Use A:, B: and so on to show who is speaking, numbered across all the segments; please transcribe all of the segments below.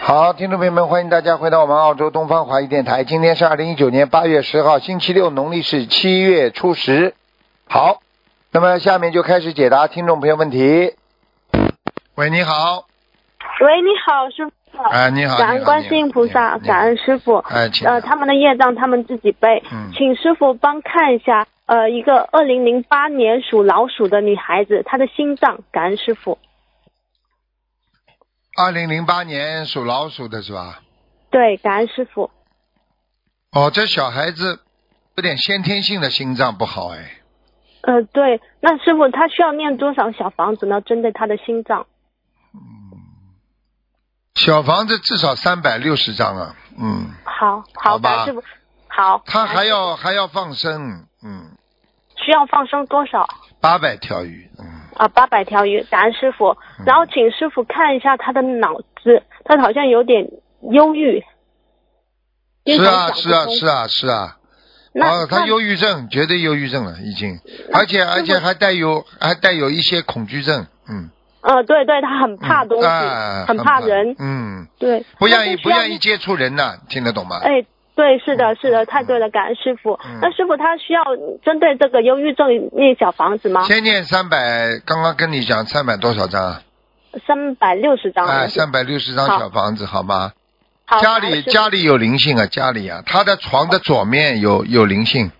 A: 好，听众朋友们，欢迎大家回到我们澳洲东方华语电台。今天是二零一九年八月十号，星期六，农历是七月初十。好，那么下面就开始解答听众朋友问题。喂，你好。
B: 喂，你好，师傅。
A: 哎、你好。
B: 感恩
A: 你好
B: 观世音菩萨，感。恩师傅。
A: 你好你好哎，请。
B: 呃，他们的业障他们自己背，
A: 嗯
B: 请师傅帮看一下，呃，一个二零零八年属老鼠的女孩子，她的心脏，感恩师傅。
A: 二零零八年属老鼠的是吧？
B: 对，感恩师傅。
A: 哦，这小孩子有点先天性的心脏不好哎。
B: 呃，对，那师傅她需要念多少小房子呢？针对她的心脏，
A: 小房子至少三百六十张啊，嗯，
B: 好
A: 好
B: 好，
A: 吧
B: 感恩师傅，好。
A: 他还
B: 感恩
A: 要还要放生，嗯，
B: 需要放生多少？
A: 八百条鱼，嗯，
B: 啊，八百条鱼，感恩师傅。然后请师傅看一下他的脑子，他好像有点忧郁。
A: 是啊是啊
B: 经常想不通
A: 是啊是啊，
B: 那、
A: 哦，他
B: 那
A: 忧郁症，绝对忧郁症了已经，
B: 那
A: 而且而
B: 师
A: 且
B: 傅
A: 还带有还带有一些恐惧症，嗯，
B: 呃，对对，他很怕
A: 嗯
B: 东西，
A: 啊
B: 很怕人，
A: 嗯，
B: 对，
A: 不
B: 那
A: 愿意
B: 就
A: 不
B: 需要
A: 愿意接触人呐，听得懂吗？
B: 哎，对，是的，是的，太对了，感恩师傅。
A: 嗯
B: 那师傅他需要针对这个忧郁症念小房子吗？
A: 先念三百，刚刚跟你讲三百多少张啊？
B: 三百六十张。
A: 哎，三百六十张
B: 好
A: 小房子好吗？
B: 好，
A: 家
B: 感恩
A: 里
B: 师傅
A: 家里有灵性啊，家里啊，他的床的左面有有灵性，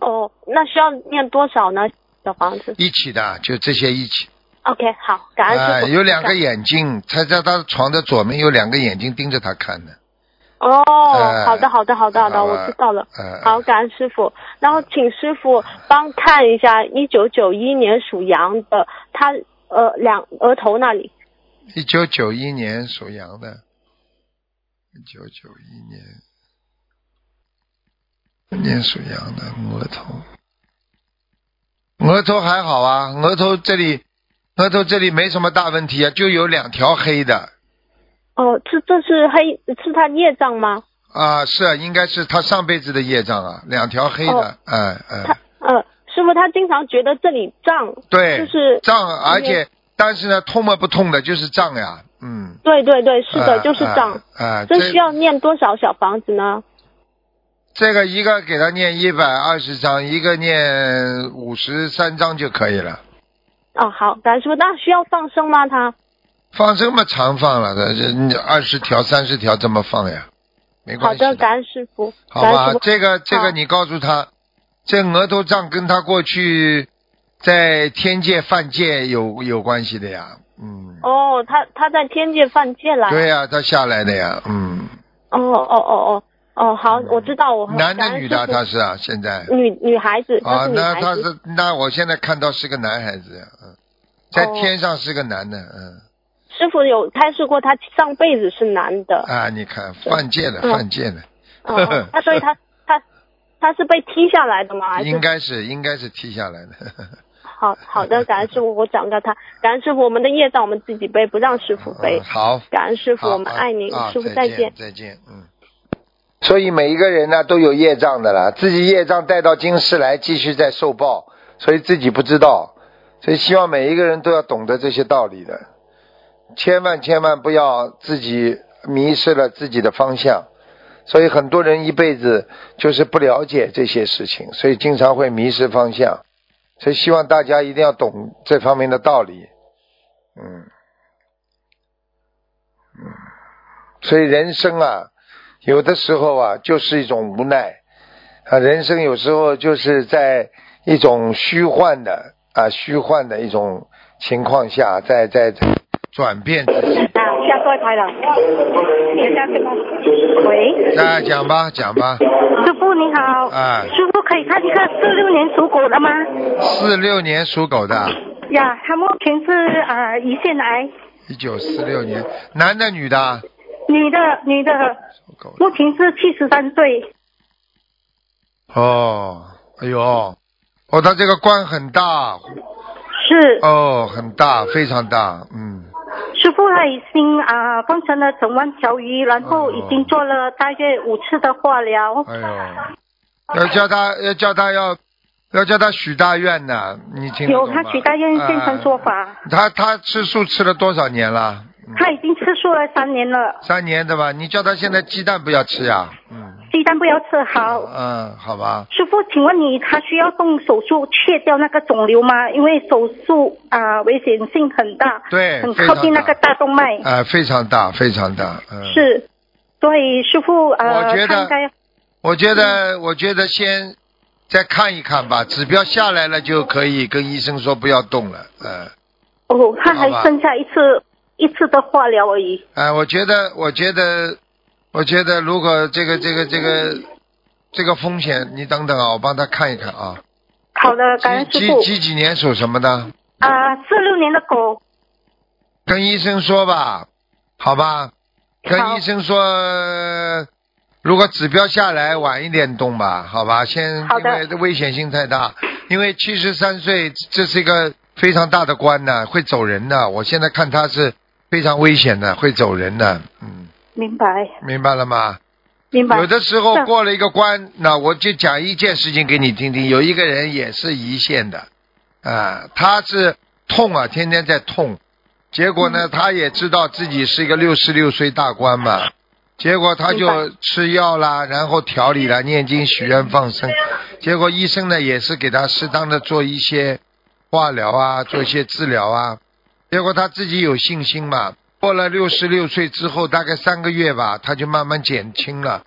B: 哦，那需要念多少呢？小房子
A: 一起的，啊就这些一起。
B: ，OK，好，感恩
A: 哎、
B: 师傅。
A: 有两个
B: 感
A: 眼睛，他在他的床的左面有两个眼睛盯着他看的。
B: 哦，
A: 哎
B: 好的，好的，好的，好
A: 好
B: 的，
A: 吧
B: 我知道了。
A: 呃，
B: 好，感恩师傅。然后请师傅帮看一下，一九九一年属羊的，他呃两额头那里，
A: 一九九一年属羊的，一九九一年，年属羊的额头，额头还好啊，额头这里，额头这里没什么大问题啊，就有两条黑的，
B: 哦、这这是黑是他业障吗？
A: 啊，是啊，应该是他上辈子的业障啊，两条黑的
B: 哦，
A: 哎、哎、
B: 他呃，师傅他经常觉得这里胀，
A: 对，
B: 就是
A: 胀，啊而且但是呢，痛嘛不痛的，就是胀呀，嗯，
B: 对对对，是的，
A: 啊
B: 就是胀。，
A: 啊、啊
B: 这
A: 这
B: 需要念多少小房子呢？
A: 这个一个给他念一百二十章，一个念五十三章就可以了。
B: 哦，好，感恩师傅。那需要放生吗？他
A: 放这么长放了的，这二十条、三十条这么放呀，没
B: 好
A: 关系
B: 的，感恩师傅，
A: 好
B: 感恩
A: 吧
B: 师，傅。
A: 这个这个
B: 好
A: 你告诉他，这额头胀跟他过去在天界犯戒有有关系的呀，嗯，
B: 哦，他他在天界犯戒了。
A: 对呀、他下来的呀，嗯，
B: 哦哦哦哦哦，好，我知道，我
A: 男
B: 感
A: 的
B: 恩
A: 女
B: 师
A: 的
B: 傅
A: 他是啊，现在
B: 女女孩子，她
A: 啊，
B: 是女
A: 那
B: 孩
A: 他
B: 子。
A: 是那我现在看到是个男孩子呀，嗯，在
B: 哦
A: 天上是个男的，嗯，
B: 师傅有开示过，她上辈子是男的，
A: 啊，你看犯戒的
B: 嗯
A: 犯戒的，
B: 哦哦她、所 以她她她是被踢下来的吗？还是
A: 应该是应该是踢下来的，
B: 好好的，感恩师傅，我转告她，感恩师傅，我们的业障我们自己背，不让师傅背。
A: 嗯好。
B: 感恩师傅，
A: 好，
B: 我们爱您，
A: 啊、
B: 师傅
A: 再
B: 再
A: 见，再见，嗯。所以每一个人呢都有业障的啦，自己业障带到今世来，继续再受报，所以自己不知道，所以希望每一个人都要懂得这些道理的，千万千万不要自己迷失了自己的方向。所以很多人一辈子就是不了解这些事情，所以经常会迷失方向。所以希望大家一定要懂这方面的道理。嗯。所以人生啊，有的时候啊，就是一种无奈啊。人生有时候就是在一种虚幻的啊，虚幻的一种情况下，在在在转变自己。
C: 啊，下各位台长，等一下师傅，喂，
A: 那讲吧，讲吧，
C: 师傅你好，
A: 啊
C: 师傅可以看一看四六年属狗的吗？
A: 四六年属狗的，
C: 呀，他目前是啊胰腺癌，
A: 一九四六年，男的女的啊？
C: 女的女的，
A: 属狗的。
C: 目前是七十三岁，
A: 哦，哎呦，哦，他这个官很大，
C: 是、
A: 哦，很大，非常大，嗯。
C: 师傅他已经啊放成了整万条鱼，然后已经做了大约五次的化疗，
A: 哎呦，要叫他要叫他要要叫他许大愿呐、你听得懂
C: 有
A: 吗
C: 他许大愿现身说。
A: 啊
C: 法，
A: 他他吃素吃了多少年了？嗯
C: 他已经吃素做了三年了，
A: 三年对吧？你叫他现在鸡蛋不要吃呀、嗯
C: 鸡蛋不要吃好。
A: 嗯，好吧。
C: 师傅，请问你他需要动手术切掉那个肿瘤吗？因为手术啊、危险性很大，
A: 对
C: 很靠近那个大动脉。
A: 啊、非常大，非常大。嗯，。
C: 是，所以师傅呃，
A: 我觉得
C: 看该
A: 我觉得，我觉得先再看一看吧，指标下来了就可以跟医生说不要动了。呃，
C: 哦，他
A: 好
C: 还
A: 吧
C: 剩下一次一次的化疗而已。
A: 哎、我觉得，我觉得，我觉得，如果这个这个这个这个风险，你等等啊，我帮他看一看啊。
C: 好的，感恩
A: 几
C: 师傅
A: 几。几几年属什么的？
C: 啊，四六年的狗，
A: 跟医生说吧，好吧？跟
C: 好
A: 医生说，呃如果指标下来晚一点动吧，好吧？先
C: 好
A: 因
C: 的
A: 为危险性太大，因为七十三岁这是一个非常大的关呢，会走人的。我现在看他是非常危险的，会走人的，嗯，
C: 明白
A: 明白了吗？
C: 明白。
A: 有的时候
C: 是
A: 过了一个关，那我就讲一件事情给你听听。有一个人也是胰腺的，啊，他是痛啊，天天在痛。结果
C: 嗯
A: 呢，他也知道自己是一个六十六岁大关嘛，结果他
C: 明
A: 就吃药啦，然后调理啦，念经、许愿、放生。结果医生呢，也是给他适当的做一些化疗啊，做一些治疗啊。结果他自己有信心嘛，过了六十六岁之后，大概三个月吧，他就慢慢减轻了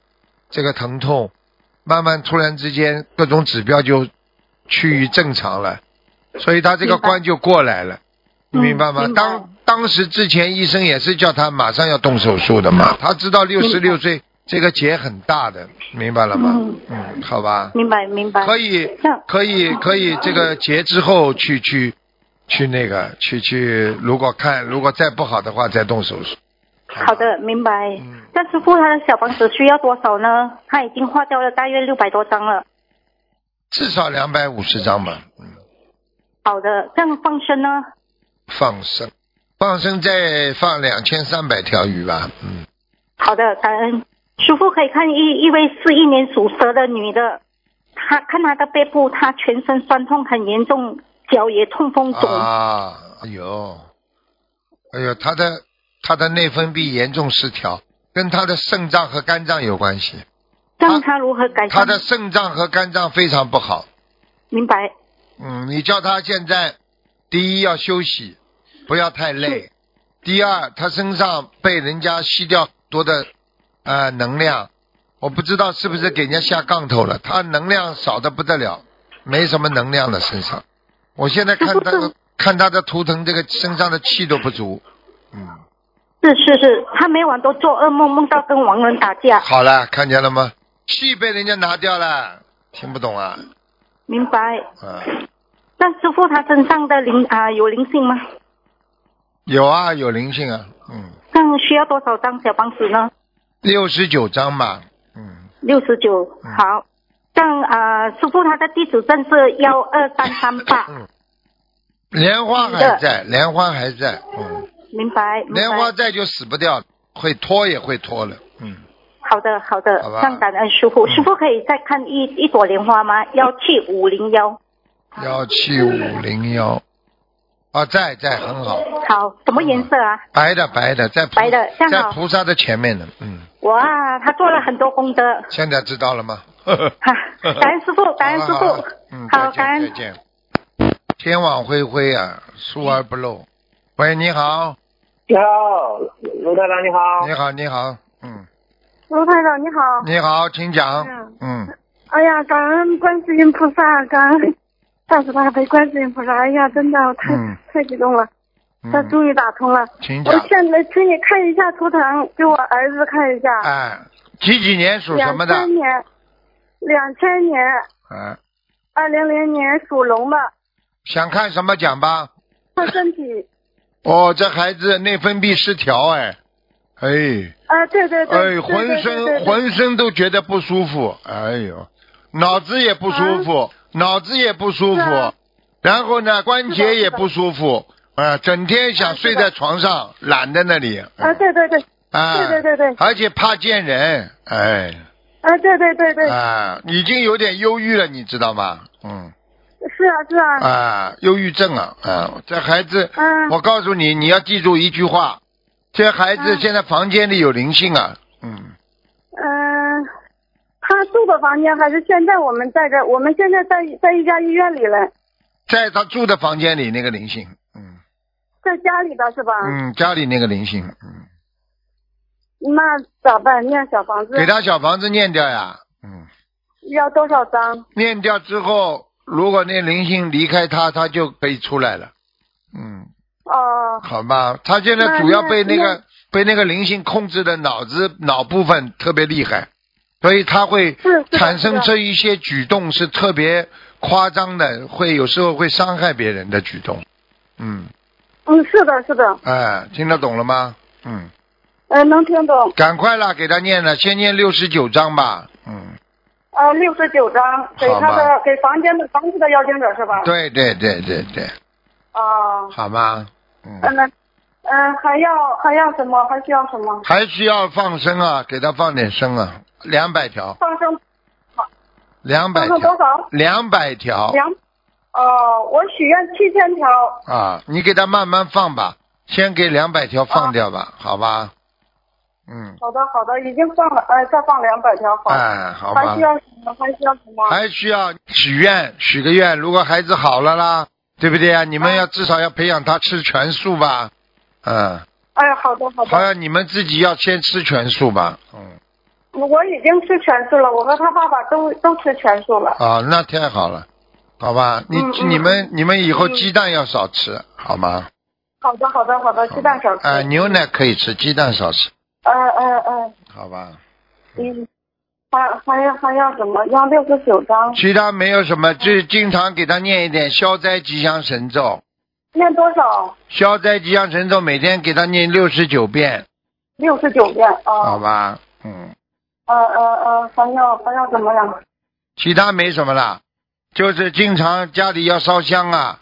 A: 这个疼痛，慢慢突然之间各种指标就趋于正常了，所以他这个
C: 明白
A: 关就过来了，你明白吗？
C: 嗯明白
A: 当当时之前医生也是叫他马上要动手术的嘛，他知道六十六岁这个结很大的，明白了吗？
C: 嗯
A: 嗯，好吧。
C: 明白明白。
A: 可以
C: 啊那，
A: 可以，可以，这个节之后去去去那个去去，如果看如果再不好的话，再动手术。吧
C: 好。的，明白
A: 嗯。
C: 那师傅他的小房子需要多少呢？他已经花掉了大约六百多张了。
A: 至少两百五十张吧。嗯，
C: 好的，这样放生呢？
A: 放生，放生再放两千三百条鱼吧。嗯，
C: 好的，感恩。师傅可以看一一位四一年属蛇的女的，她看她的背部，她全身酸痛很严重，脚也痛风肿。
A: 啊，哎呦，哎呦，他的他的内分泌严重失调，跟他的肾脏和肝脏有关系。
C: 这样她如何改善？
A: 他的肾脏和肝脏非常不好。
C: 明白，
A: 嗯，你叫他现在，第一要休息，不要太累；第二，他身上被人家吸掉很多的呃能量，我不知道是不是给人家下杠头了，他能量少的不得了，没什么能量了身上。我现在看他
C: 是不
A: 的看他的图腾，这个身上的气都不足。嗯，
C: 是是是，她每晚都做噩梦，梦到跟亡人打架。
A: 好了，看见了吗？气被人家拿掉了，听不懂啊？
C: 明白。
A: 啊，
C: 那师傅她身上的灵啊、有灵性吗？
A: 有啊，有灵性啊。嗯，
C: 这样需要多少张小房子呢？
A: 六十九章吧。嗯。
C: 六十九。
A: 嗯
C: 好，这样啊、师傅她的地址证是幺二三三八。
A: 嗯莲花还在，莲花还在，嗯，
C: 明白。明白
A: 莲花在就死不掉，会拖也会拖了，嗯，
C: 好的，好的
A: 好吧，嗯
C: 上感恩师傅，师傅可以再看一一朵莲花吗？幺七五零幺，
A: 幺七五零幺，啊，在在很好，
C: 好，什么颜色啊？
A: 白的白的，在菩
C: 白的这样
A: 在
C: 好
A: 菩萨的前面呢，嗯，
C: 哇，他做了很多功德，
A: 现在知道了吗？呵呵
C: 哈，啊感恩师 傅，感恩
A: 好
C: 师
A: 了好了嗯，
C: 傅，好，
A: 再
C: 感
A: 见再
C: 恩
A: 见，天网恢恢啊，疏而不漏。喂，你好，
D: 你好，卢台长，你好。
A: 你好，你好，嗯，
E: 卢台长你好，
A: 你好，请讲
E: 嗯，
A: 嗯，
E: 哎呀，感恩观世音菩萨，感恩大慈大悲观世音菩萨，哎呀，真的我太、
A: 嗯
E: 太激动了，他
A: 嗯，
E: 终于打通了。
A: 请
E: 我
A: 讲，
E: 现在请你看一下图腾，给我儿子看一
C: 啊
E: 下，
A: 哎，几几年属什
E: 两
A: 么的？
E: 千年，两千年，
A: 啊，
E: 二零零年属龙的，
A: 想看什么讲吧？
E: 他身 体，
A: 哦，这孩子内分泌失调，哎，哎，
E: 啊，对对对，
A: 哎，
E: 对
A: 浑
E: 对对
A: 身
E: 对
A: 浑身都觉得不舒服，哎呦，脑子也不舒服，脑子也不舒服，
E: 啊是啊
A: 然后呢，关节也不舒服，啊，整天想睡在床上，懒在那里，
E: 啊，对对对，
A: 啊，
E: 对对对对
A: 而且怕见人，哎，
E: 啊，对对对对，
A: 啊，已经有点忧郁了，你知道吗？嗯。
E: 是啊是啊，
A: 啊，忧郁症啊，啊，这孩子，
E: 嗯
A: 我告诉你，你要记住一句话，这孩子现在房间里有灵性啊，嗯，
F: 嗯、他住的房间还是现在我们在这儿？我们现在在在一家医院里了，
A: 在他住的房间里那个灵性，嗯
F: 在家里边是吧？
A: 嗯，家里那个灵性，嗯，
F: 那咋办？念小房子
A: 给他小房子念掉呀，嗯，
F: 要多少张？
A: 念掉之后，如果那灵性离开他，他就可以出来了，嗯，
F: 哦、
A: 好吧，他现在
F: 那
A: 主要
F: 那
A: 被那
F: 那
A: 个被那个灵性控制的脑子脑部分特别厉害，所以他会
F: 是是的
A: 产生
F: 是的
A: 这一些举动是特别夸张的，会有时候会伤害别人的举动。嗯，
F: 嗯，是的，是的，
A: 哎，听得懂了吗？嗯，
F: 呃，能听懂。
A: 赶快啦，给他念了，先念六十九章吧。嗯，
F: 呃，六十九张
A: 给他的好吧
F: 给房间的房子的邀请者是吧？
A: 对对对对对，
F: 啊，
A: 好吗？嗯，
F: 嗯，嗯，还要还要什么？还需要什么？
A: 还需要放生啊，给他放点生啊，两百条，
F: 放生
A: 两百
F: 放生多
A: 条，
F: 少？
A: 两百条。
F: 两。哦，我许愿七千条。
A: 啊，你给他慢慢放吧，先给两百条放掉
F: 哦
A: 吧，好吧？嗯，
F: 好的，好的，已经放了，哎，再放两百条，好。
A: 哎，好吧
F: 还需。要什么？还需要什么？
A: 还需要许愿，许个愿。如果孩子好了啦，对不对啊？你们要至少要培养他吃全素吧，嗯，
F: 哎，好的，好
A: 好
F: 的。
A: 像你们自己要先吃全素吧，嗯，
F: 我已经吃全素了，我和他爸爸都都吃全素了。
A: 啊，那太好了，好吧？你、
F: 嗯嗯
A: 你们你们以后鸡蛋要少吃，好吗？
F: 好的，好的，好的，鸡蛋少吃。
A: 啊、牛奶可以吃，鸡蛋少吃，
F: 呃呃呃，
A: 好吧？
F: 嗯，还还要还要什么？要六十九张，
A: 其他没有什么，就经常给他念一点消灾吉祥神咒。
F: 念多少？
A: 消灾吉祥神咒每天给他念六十九遍，
F: 六十九遍
A: 好
F: 啊。
A: 吧？嗯，
F: 呃呃呃，还要还要怎么样？
A: 其他没什么啦，就是经常家里要烧香啊，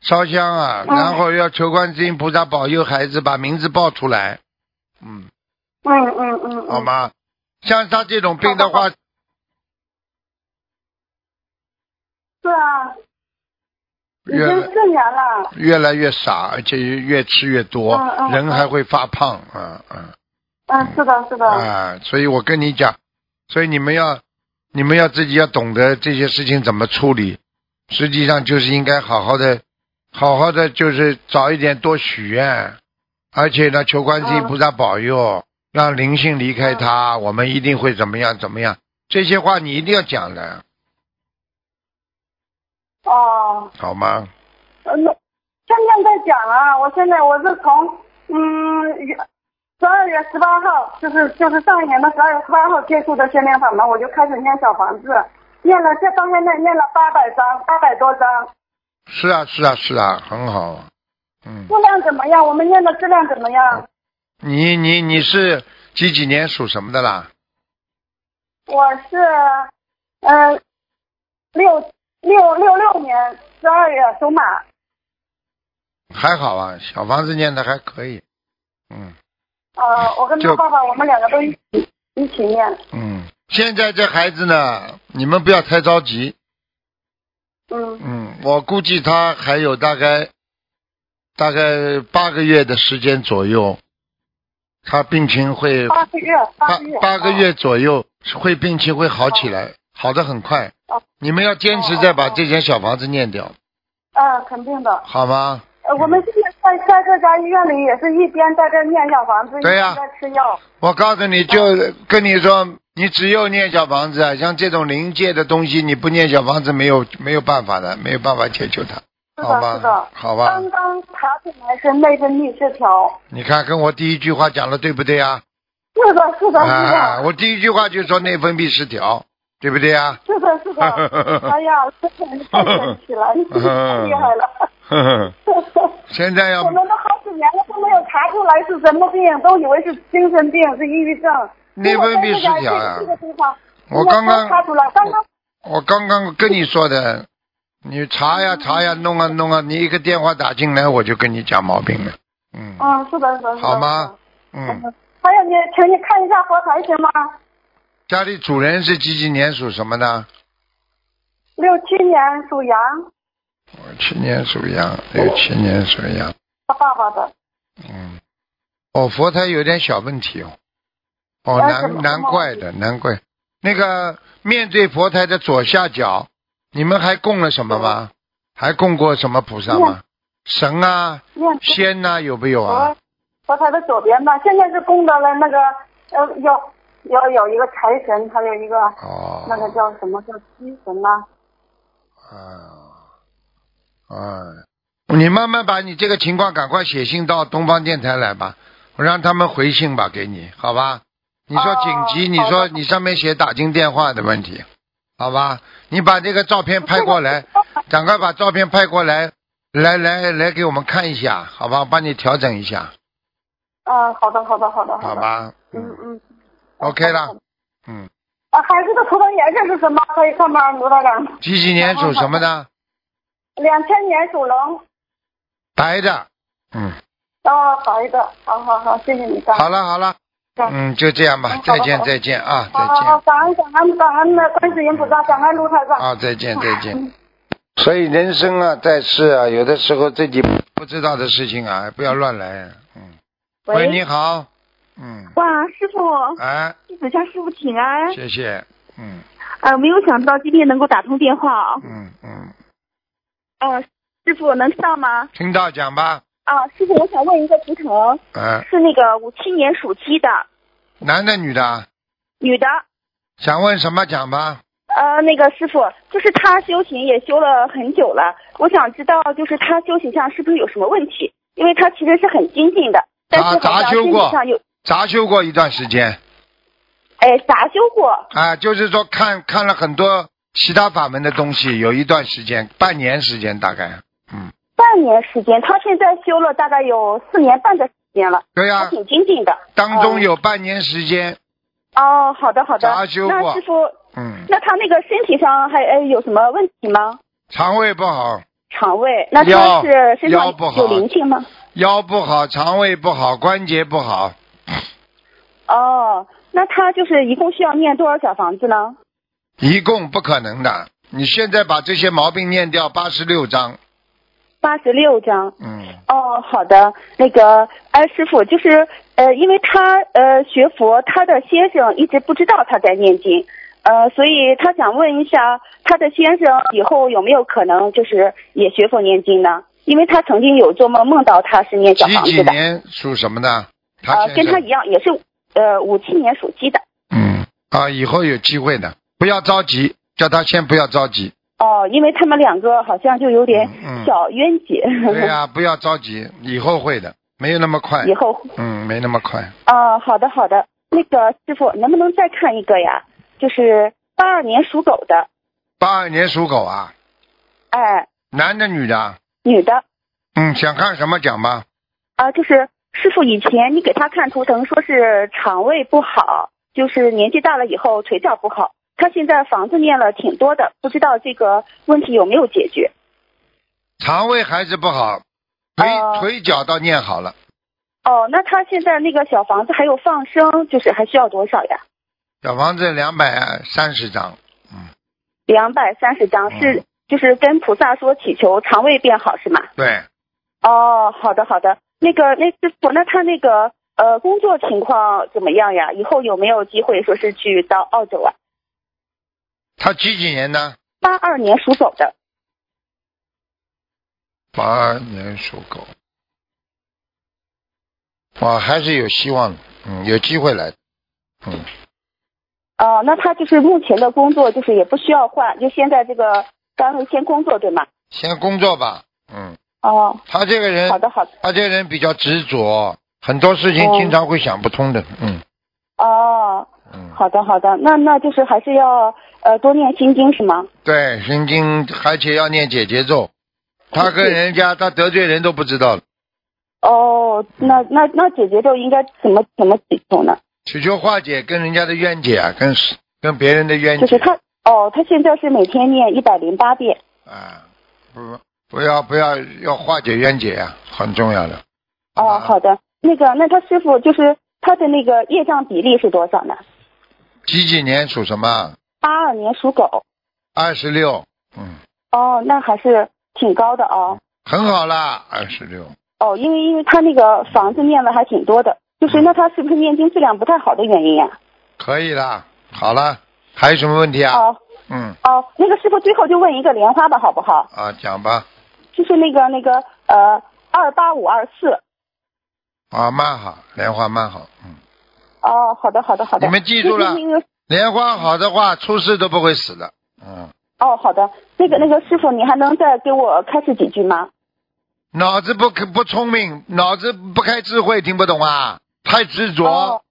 A: 烧香啊，
F: 嗯
A: 然后要求观世音菩萨保佑孩子把名字报出来，嗯，
F: 嗯嗯嗯。
A: 好？吗？像他这种病的话，
F: 是啊，已
A: 越来
F: 经四年了。
A: 越来越傻，而且越吃越多，
F: 嗯嗯
A: 人还会发胖，啊啊。
F: 嗯，是的，是的。
A: 啊，所以我跟你讲，所以你们要，你们要自己要懂得这些事情怎么处理。实际上就是应该好好的，好好的就是早一点多许愿，而且呢求观世音菩萨保佑，让灵性离开他，我们一定会怎么样怎么样。这些话你一定要讲的，
F: 哦。
A: 好吗？
F: 呃，那天天在讲啊，我现在我是从嗯十二月十八号，就是就是上一年的十二月十八号接触的限量法嘛，我就开始念小房子，念了这到现在念了八百张，八百多张，
A: 是啊，是啊，是啊，很好啊。嗯，
F: 质量怎么样？我们念的质量怎么样？
A: 你你你是几几年属什么的啦？
F: 我是呃六六六六年十二月属马，
A: 还好啊，小房子念的还可以。嗯。
F: 呃，我跟他
A: 就
F: 爸爸我们两个都一起一起念，
A: 嗯，现在这孩子呢，你们不要太着急。
F: 嗯
A: 嗯，我估计他还有大概大概八个月的时间左右，他病情会
F: 八个月
A: 八
F: 八个月
A: 八个
F: 啊
A: 月左右会病情会好起来，好的很快
F: 哦。
A: 你们要坚持再把这间小房子念掉，
F: 嗯、肯定的。
A: 好吗？
F: 呃，我们现在在在这家医院里也是一边在这念小房子，
A: 对呀
F: 一边在吃药。
A: 我告诉你，就跟你说，你只有念小房子，啊，像这种灵界的东西，你不念小房子没有没有办法的，没有办法解救它，
F: 是
A: 好
F: 的，
A: 吧
F: 是的。？
A: 好吧。
F: 刚刚查出来是内分泌失调。
A: 你看，跟我第一句话讲的对不对啊？
F: 是的，是的，是
A: 啊，
F: 的，
A: 我第一句话就说内分泌失调，对不对啊？
F: 是的， 是的。哎呀，真的太神奇了，你
A: 嗯
F: 太 厉害了。
A: 呵呵现在要
F: 我们都好几年了都没有查出来是什么病，都以为是精神病，是抑郁症。
A: 内分泌失调
F: 呀
A: 呀、、
F: 这个地方，
A: 我刚刚
F: 查出来，刚刚
A: 我刚刚跟你说的，你查呀查呀，弄啊弄啊，你一个电话打进来，我就跟你讲毛病了。嗯
F: 嗯，是的，是的，是的
A: 好吗？嗯，
F: 还有你，请你看一下佛台行吗？
A: 家里主人是几几年属什么的？
F: 六七年属羊，
A: 哎我七年属羊，六七年属羊。
F: 他爸爸的。
A: 嗯，哦，佛台有点小问题哦。哦，
E: 哎怎
A: 难
E: 么
A: 难
E: 怎么
A: 怪的，难怪。那个面对佛台的左下角，你们还供了什么吗？还供过什么菩萨吗？神啊，
E: 念
A: 仙呐、有没有啊
E: 佛？佛台的左边吧，现在是供到了那个呃有有有一个财神，还有一个、
A: 哦，
E: 那个叫什么叫七神吗？
A: 啊啊！你慢慢把你这个情况赶快写信到东方电台来吧，我让他们回信吧，给你，好吧？你说紧急，
E: 哦
A: 你
E: 好的
A: 说你上面写打进电话的问题，好吧？你把这个照片拍过来，赶快把照片拍过来，来来来给我们看一下，好吧？帮你调整一下，
E: 嗯，好的好的好的
A: 好
E: 的，
A: 吧？
E: 嗯
A: 嗯
E: 嗯。
A: ，OK 了，嗯，
E: 啊，孩子的图腾颜色是什么？可以看吗，卢道长？
A: 几几年属什么的？
E: 两千年属龙，
A: 白的，嗯，
E: 哦，好一个，好好好，谢谢你，感
A: 好了好了，
E: 嗯
A: 嗯，就这样吧，
E: 好
A: 再
E: 的
A: 见
E: 好的
A: 再见啊，再
E: 好好
A: 见。
E: 好，感恩感恩感恩的观世音菩萨，感恩卢台长。
A: 啊，再见再见
E: 嗯。
A: 所以人生啊，在世啊，有的时候自己不知道的事情啊，不要乱来。嗯，喂，你好，嗯，
F: 哇，师傅，
A: 哎，
F: 弟子向师傅请安。
A: 谢谢，嗯
F: 呃，没有想到今天能够打通电话。哦
A: 嗯嗯，
F: 呃，师傅能听到吗？
A: 听到讲吧，
F: 啊，师傅，我想问一个图腾，
A: 哎，
F: 是那个五七年属鸡的
A: 男的女的啊，
F: 女的。
A: 想问什么讲吧。
F: 呃，那个师傅，就是她修行也修了很久了，我想知道就是她修行上是不是有什么问题？因为她其实是很精进的，但是好
A: 杂
F: 像
A: 修
F: 身体
A: 过
F: 上有，
A: 杂修过一段时间
F: 哎，杂修过，
A: 啊，就是说看看了很多其他法门的东西，有一段时间，半年时间大概，嗯，
F: 半年时间，她现在修了大概有四年半的时间了，
A: 对呀、
F: 还挺精进的。
A: 当中
F: 嗯
A: 有半年时间，
F: 哦，好的好的。
A: 杂修过
F: 那师傅，
A: 嗯，
F: 那他那个身体上还呃有什么问题吗？
A: 肠胃不好，
F: 肠胃？那
A: 腰
F: 他是身上
A: 腰不好
F: 有灵性吗？
A: 腰不好，肠胃不好，关节不好，
F: 哦，那他就是一共需要念多少小房子呢？
A: 一共不可能的。你现在把这些毛病念掉八十六章，
F: 八十六张。
A: 嗯，
F: 哦，好的，那个，哎，师傅，就是呃，因为他呃学佛，他的先生一直不知道他在念经，呃，所以他想问一下，他的先生以后有没有可能就是也学佛念经呢？因为他曾经有做梦梦到他是念小房
A: 几几
F: 子的，
A: 年属什么的？他
F: 呃，
A: 先
F: 跟他
A: 生
F: 一，样也是呃五七年属鸡的。
A: 嗯，啊，以后有机会的，不要着急，叫他先不要着 急，
F: 哦，因为他们两个好像就有点
A: 嗯嗯
F: 小冤结，
A: 对呀、不要着急，以后会的，没有那么快
F: 以，后
A: 嗯，没那么快。
F: 哦，好的好的，那个师傅能不能再看一个呀？就是八二年属狗的，
A: 八二年属狗啊，
F: 哎，
A: 男的女的啊？
F: 女的，
A: 嗯，想看什么讲吧？
F: 啊、就是师傅以前你给他看图腾说是肠胃不好，就是年纪大了以后腿脚不好，他现在房子念了挺多的，不知道这个问题有没有解决？
A: 肠胃还是不好，腿、
F: 哦
A: 腿脚倒念好了，
F: 哦，那他现在那个小房子还有放生，就是还需要多少呀？
A: 小房子两百三十张。
F: 两百三十张
A: 嗯
F: 是就是跟菩萨说祈求肠胃变好是吗？
A: 对，
F: 哦，好的好的，那个那师傅，那他那个呃工作情况怎么样呀？以后有没有机会说是去到澳洲啊？
A: 他几几年呢？
F: 八二年属狗的，
A: 八二年属狗，哇，还是有希望的，嗯，有机会来的，嗯，
F: 哦、那他就是目前的工作就是也不需要换，就先在这个单位先工作对吗？
A: 先工作吧，嗯，
F: 哦，
A: 他这个人
F: 好，的好的，
A: 他这个人比较执着，很多事情
F: 哦
A: 经常会想不通的，嗯
F: 哦，
A: 嗯，
F: 好的好的，那那就是还是要呃多念心经是吗？
A: 对，神经，而且要念解结咒，他跟
F: 是
A: 人家他得罪人都不知道了，
F: 哦，那那那姐姐就应该怎么怎么祈求呢？
A: 祈求化解跟人家的冤结啊，跟跟别人的冤
F: 就
A: 结
F: 是他哦，他现在是每天念一百零八遍。
A: 啊，不不要不要要化解冤结啊，很重要的。啊
F: 哦，好的，那个，那他师傅就是他的那个业障比例是多少呢？
A: 几几年属什么？
F: 八二年属狗，
A: 二十六，嗯，
F: 哦，那还是挺高的哦。
A: 很好啦，二十六，
F: 哦，因为因为他那个房子念了还挺多的，就是
A: 嗯
F: 那他是不是念经质量不太好的原因啊呀、
A: 可以啦，好了，还有什么问题啊？
F: 哦
A: 嗯，
F: 哦，那个师傅最后就问一个莲花吧，好不好？
A: 啊，讲吧，
F: 就是那个那个呃二八五二四。
A: 啊，蛮好，莲花蛮好，嗯，
F: 哦，好的好的好的。
A: 你们记住了
F: 那个那个
A: 莲花好的话，出事都不会死的，嗯，
F: 哦，好的，那个那个师傅，你还能再给我开示几句吗？
A: 脑子不不聪明，脑子不开智慧，听不懂啊，太执着，
F: 哦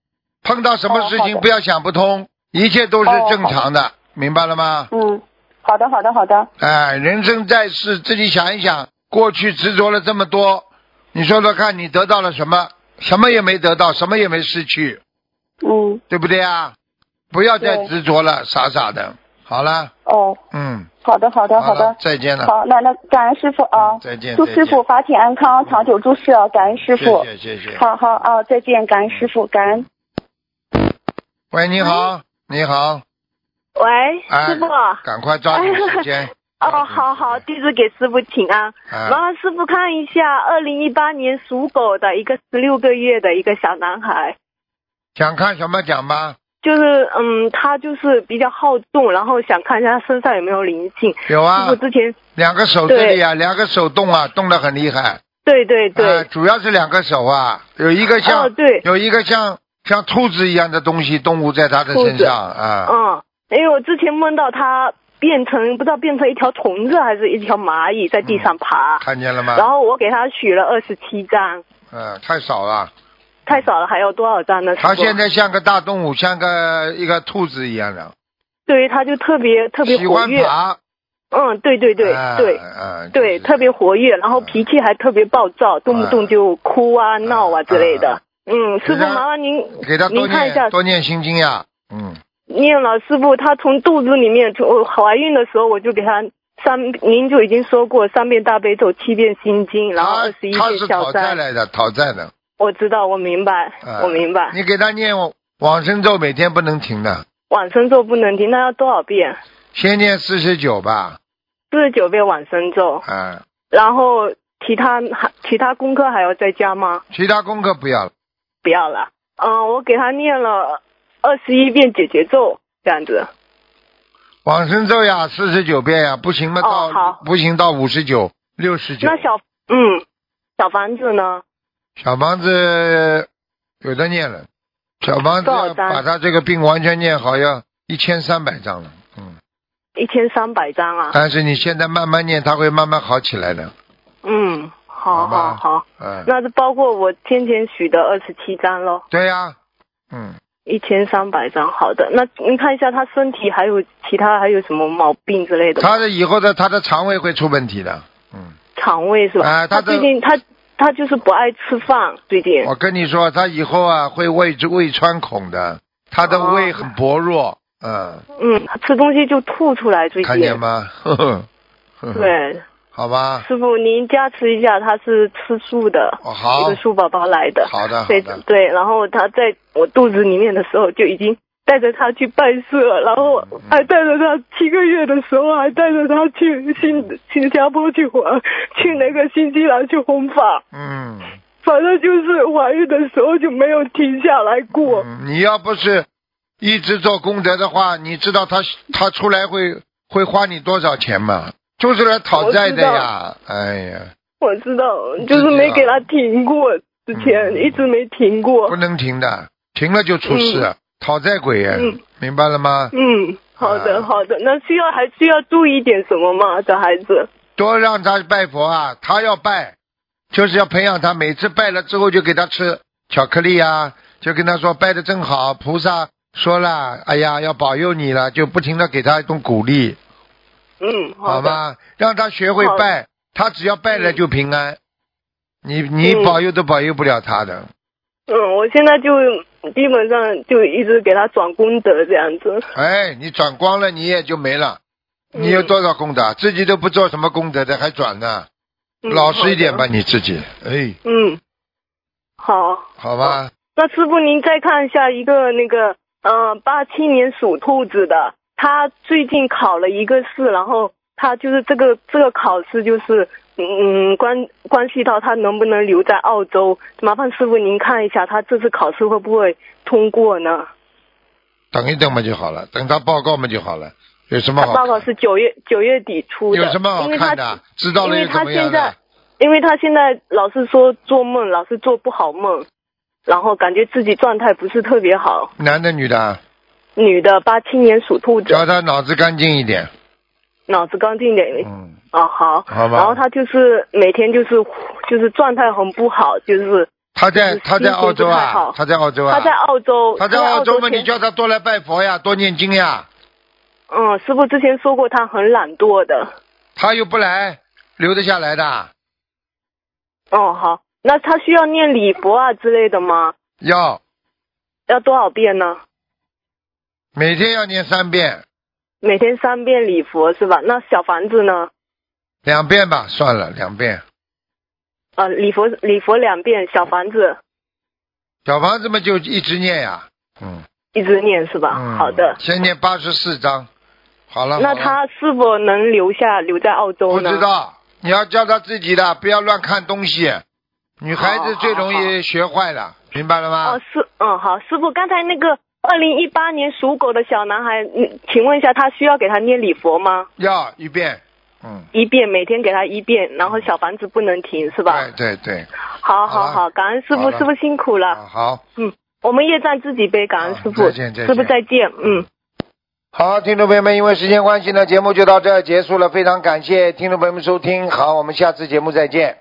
A: 碰到什么事
F: 哦好
A: 情
F: 的
A: 不要想不通，一切都是
F: 哦
A: 正
F: 好的
A: 常的，明白了吗？
F: 嗯，好的好的好的。
A: 哎，人生在世，自己想一想，过去执着了这么多，你说说看，你得到了什么？什么也没得到，什么也没失去，
F: 嗯，
A: 对不对啊？不要再
F: 对
A: 执着了，傻傻的。好了，
F: 哦，
A: 嗯，
F: 好的好的好
A: 了
F: 的，。
A: 再见了，
F: 好，那那感恩师傅啊
A: 嗯，再见
F: 祝
A: 再
F: 师傅
A: 见
F: 法体安康，长久诸事啊，感恩师傅。
A: 谢谢谢谢。
F: 好好啊，再见，感恩师傅，感恩。
A: 喂，你好，你好，
G: 喂，
A: 哎
G: 嗯师傅。
A: 赶快抓紧时间。
G: 哦，好好，弟子给师傅请安。麻
A: 啊，
G: 烦师傅看一下，二零一八年属狗的一个十六个月的一个小男孩，
A: 想看什么讲吧？
G: 就是嗯，他就是比较好动，然后想看一下他身上有没有灵性。
A: 有啊
G: 师傅，之前
A: 两个手这里啊，两个手动啊，动得很厉害。
G: 对对对，
A: 呃，主要是两个手啊，有一个像、
G: 哦 对
A: 有一个像像兔子一样的东西，动物在他的身
G: 兔子
A: 上啊。
G: 嗯，因为我之前梦到他变成不知道变成一条虫子还是一条蚂蚁在地上爬，
A: 看见了吗？
G: 然后我给他许了二十七张，
A: 嗯，太少了。
G: 太少了，还有多少张呢？
A: 他
G: 师傅
A: 现在像个大动物，像个一个兔子一样的，
G: 对于他就特别特别
A: 喜
G: 活
A: 欢
G: 跃，
A: 爬。
G: 嗯，对对对
A: 啊
G: 对
A: 啊
G: 对，
A: 就是
G: 特别活跃，然后脾气还特别暴躁，动不动就哭啊、闹啊之类
A: 啊
G: 的。嗯，师
A: 给
G: 傅，
A: 他
G: 麻烦您
A: 给他多
G: 您看一下
A: 念多念心经呀，嗯，
G: 念了，师傅，他从肚子里面，从我怀孕的时候我就给他三，您就已经说过三遍大悲咒，七遍心经，然后
A: 他
G: 二十一
A: 啊他
G: 遍
A: 是
G: 小
A: 讨债
G: 三。
A: 来的，讨债的，
G: 我知道，我明白，
A: 啊
G: 我明白。
A: 你给他念往生咒，每天不能停的，
G: 往生咒不能停，那要多少遍？
A: 先念四十九吧，
G: 四十九遍往生咒，
A: 啊，
G: 然后其他还其他功课还要再加吗？
A: 其他功课不要了，
G: 不要了。嗯，我给他念了二十一遍解结咒，这样子。
A: 往生咒呀，四十九遍呀，不行嘛，
G: 哦
A: 到、
G: 好
A: 不行到五十九、六十九。
G: 那小嗯，小房子呢？
A: 小房子有的念了，小房子
G: 多少
A: 要
G: 张
A: 把他这个病完全念好，要一千三百张了。嗯，
G: 一千三百张啊。
A: 但是你现在慢慢念，他会慢慢好起来的。
G: 嗯，好
A: 吧
G: 好好，
A: 嗯，
G: 那是包括我先前许的二十七张咯，
A: 对呀、嗯，
G: 一千三百张。好的，那您看一下他身体还有其他还有什么毛病之类的吗？
A: 他的以后的他的肠胃会出问题的。嗯，
G: 肠胃是吧？
A: 啊他
G: 他
A: 的哦
G: 最近他他就是不爱吃饭，最近。
A: 我跟你说，他以后啊会胃胃穿孔的，他的
G: 哦
A: 胃很薄弱。嗯，
G: 嗯，吃东西就吐出来，最近。
A: 看见吗？呵呵， 呵呵，
G: 对，
A: 好吧，
G: 师傅，您加持一下，他是吃素的，
A: 哦好
G: 一个素宝宝来的，
A: 好啊的，好
G: 对
A: 的。
G: 对，然后他在我肚子里面的时候就已经带着他去拜师了，
A: 嗯
G: 然后还带着他七个月的时候还带着他去新新加坡去还，去那个新西兰去弘法，
A: 嗯。
G: 反正就是怀孕的时候就没有停下来过，
A: 嗯，你要不是一直做功德的话，你知道他他出来会会花你多少钱吗？就是来讨债的呀！哎呀，
G: 我知道，就是没给他停过，之前、
A: 嗯
G: 一直没停过
A: 不，能停的，停了就出事，啊讨债鬼呀！
G: 嗯
A: 明白了吗？
G: 嗯，好
A: 啊
G: 的好的，那需要还需要注意点什么吗？小孩子？
A: 多让他拜佛啊，他要拜，就是要培养他，每次拜了之后就给他吃巧克力啊，就跟他说拜的真好，菩萨说了，哎呀，要保佑你了，就不停的给他一种鼓励。
G: 嗯，
A: 好
G: 的。
A: 吧，让他学会
G: 好
A: 拜，他只要拜了就平安。你你
G: 嗯
A: 保佑都保佑不了他的，
G: 嗯，我现在就基本上就一直给他转功德这样子。
A: 哎，你转光了你也就没了。
G: 嗯
A: 你有多少功德啊？自己都不做什么功德的，还转呢？
G: 嗯
A: 老实一点吧，。
G: 好的
A: 你自己。哎，
G: 嗯，好。
A: 好吧，
G: 那师傅，您再看一下一个那个，呃，八七年属兔子的，他最近考了一个试，然后他就是这个这个考试就是，嗯关关系到他能不能留在澳洲。麻烦师傅您看一下，他这次考试会不会通过呢？
A: 等一等嘛就好了，等他报告嘛就好了，有什么
G: 他
A: 好？
G: 报告是九月九月底出的，
A: 有什么好
G: 因为
A: 看
G: 他
A: 的？知道了又怎么样
G: 因为他现在
A: 呢？
G: 因为他现在老是说做梦，老是做不好梦，然后感觉自己状态不是特别好。
A: 男的女的啊？
G: 女的，八七年属兔子，
A: 叫他脑子干净一点。
G: 脑子刚劲点。
A: 嗯，
G: 哦，好。
A: 好吧
G: 然后他就是每天就是就是状态很不好，就是
A: 他在他在澳洲
G: 嗯心情不太
A: 啊
G: 好，
A: 他在澳洲啊，
G: 他在澳洲，
A: 他在
G: 澳
A: 澳洲嘛，
G: 前
A: 你叫他多来拜佛呀，多念经呀，
G: 嗯，师傅之前说过他很懒惰的。
A: 他又不来，留得下来的。
G: 哦，好。那他需要念礼佛啊之类的吗？
A: 要
G: 要多少遍呢？
A: 每天要念三遍，
G: 每天三遍礼佛是吧？那小房子呢？
A: 两遍吧，算了，两遍。
G: 呃，礼佛礼佛两遍，小房子
A: 小房子嘛就一直念呀，嗯，
G: 一直念是吧？
A: 嗯
G: 啊好的。
A: 先念八十四章，好了。
G: 那
A: 好了
G: 他是否能留下留在澳洲
A: 不
G: 呢？
A: 知道，你要教他自己的，不要乱看东西。女孩子最容易学坏了，明白了吗？
G: 哦，是，嗯，好，师傅，刚才那个二零一八年属狗的小男孩，嗯请问一下，他需要给他念礼佛吗？
A: 要一遍，嗯，
G: 一遍，每天给他一遍，然后小房子不能停，是吧
A: 对？对对，
G: 好好
A: 好
G: 好，感恩师
A: 好
G: 傅，
A: 了
G: 师傅辛苦了，
A: 啊好，
G: 我们业障自己背，感恩
A: 好
G: 师傅，
A: 再见再
G: 师傅
A: 见
G: 再见，嗯。
A: 好，听众朋友们，因为时间关系呢，节目就到这儿结束了，非常感谢听众朋友们收听，好，我们下次节目再见。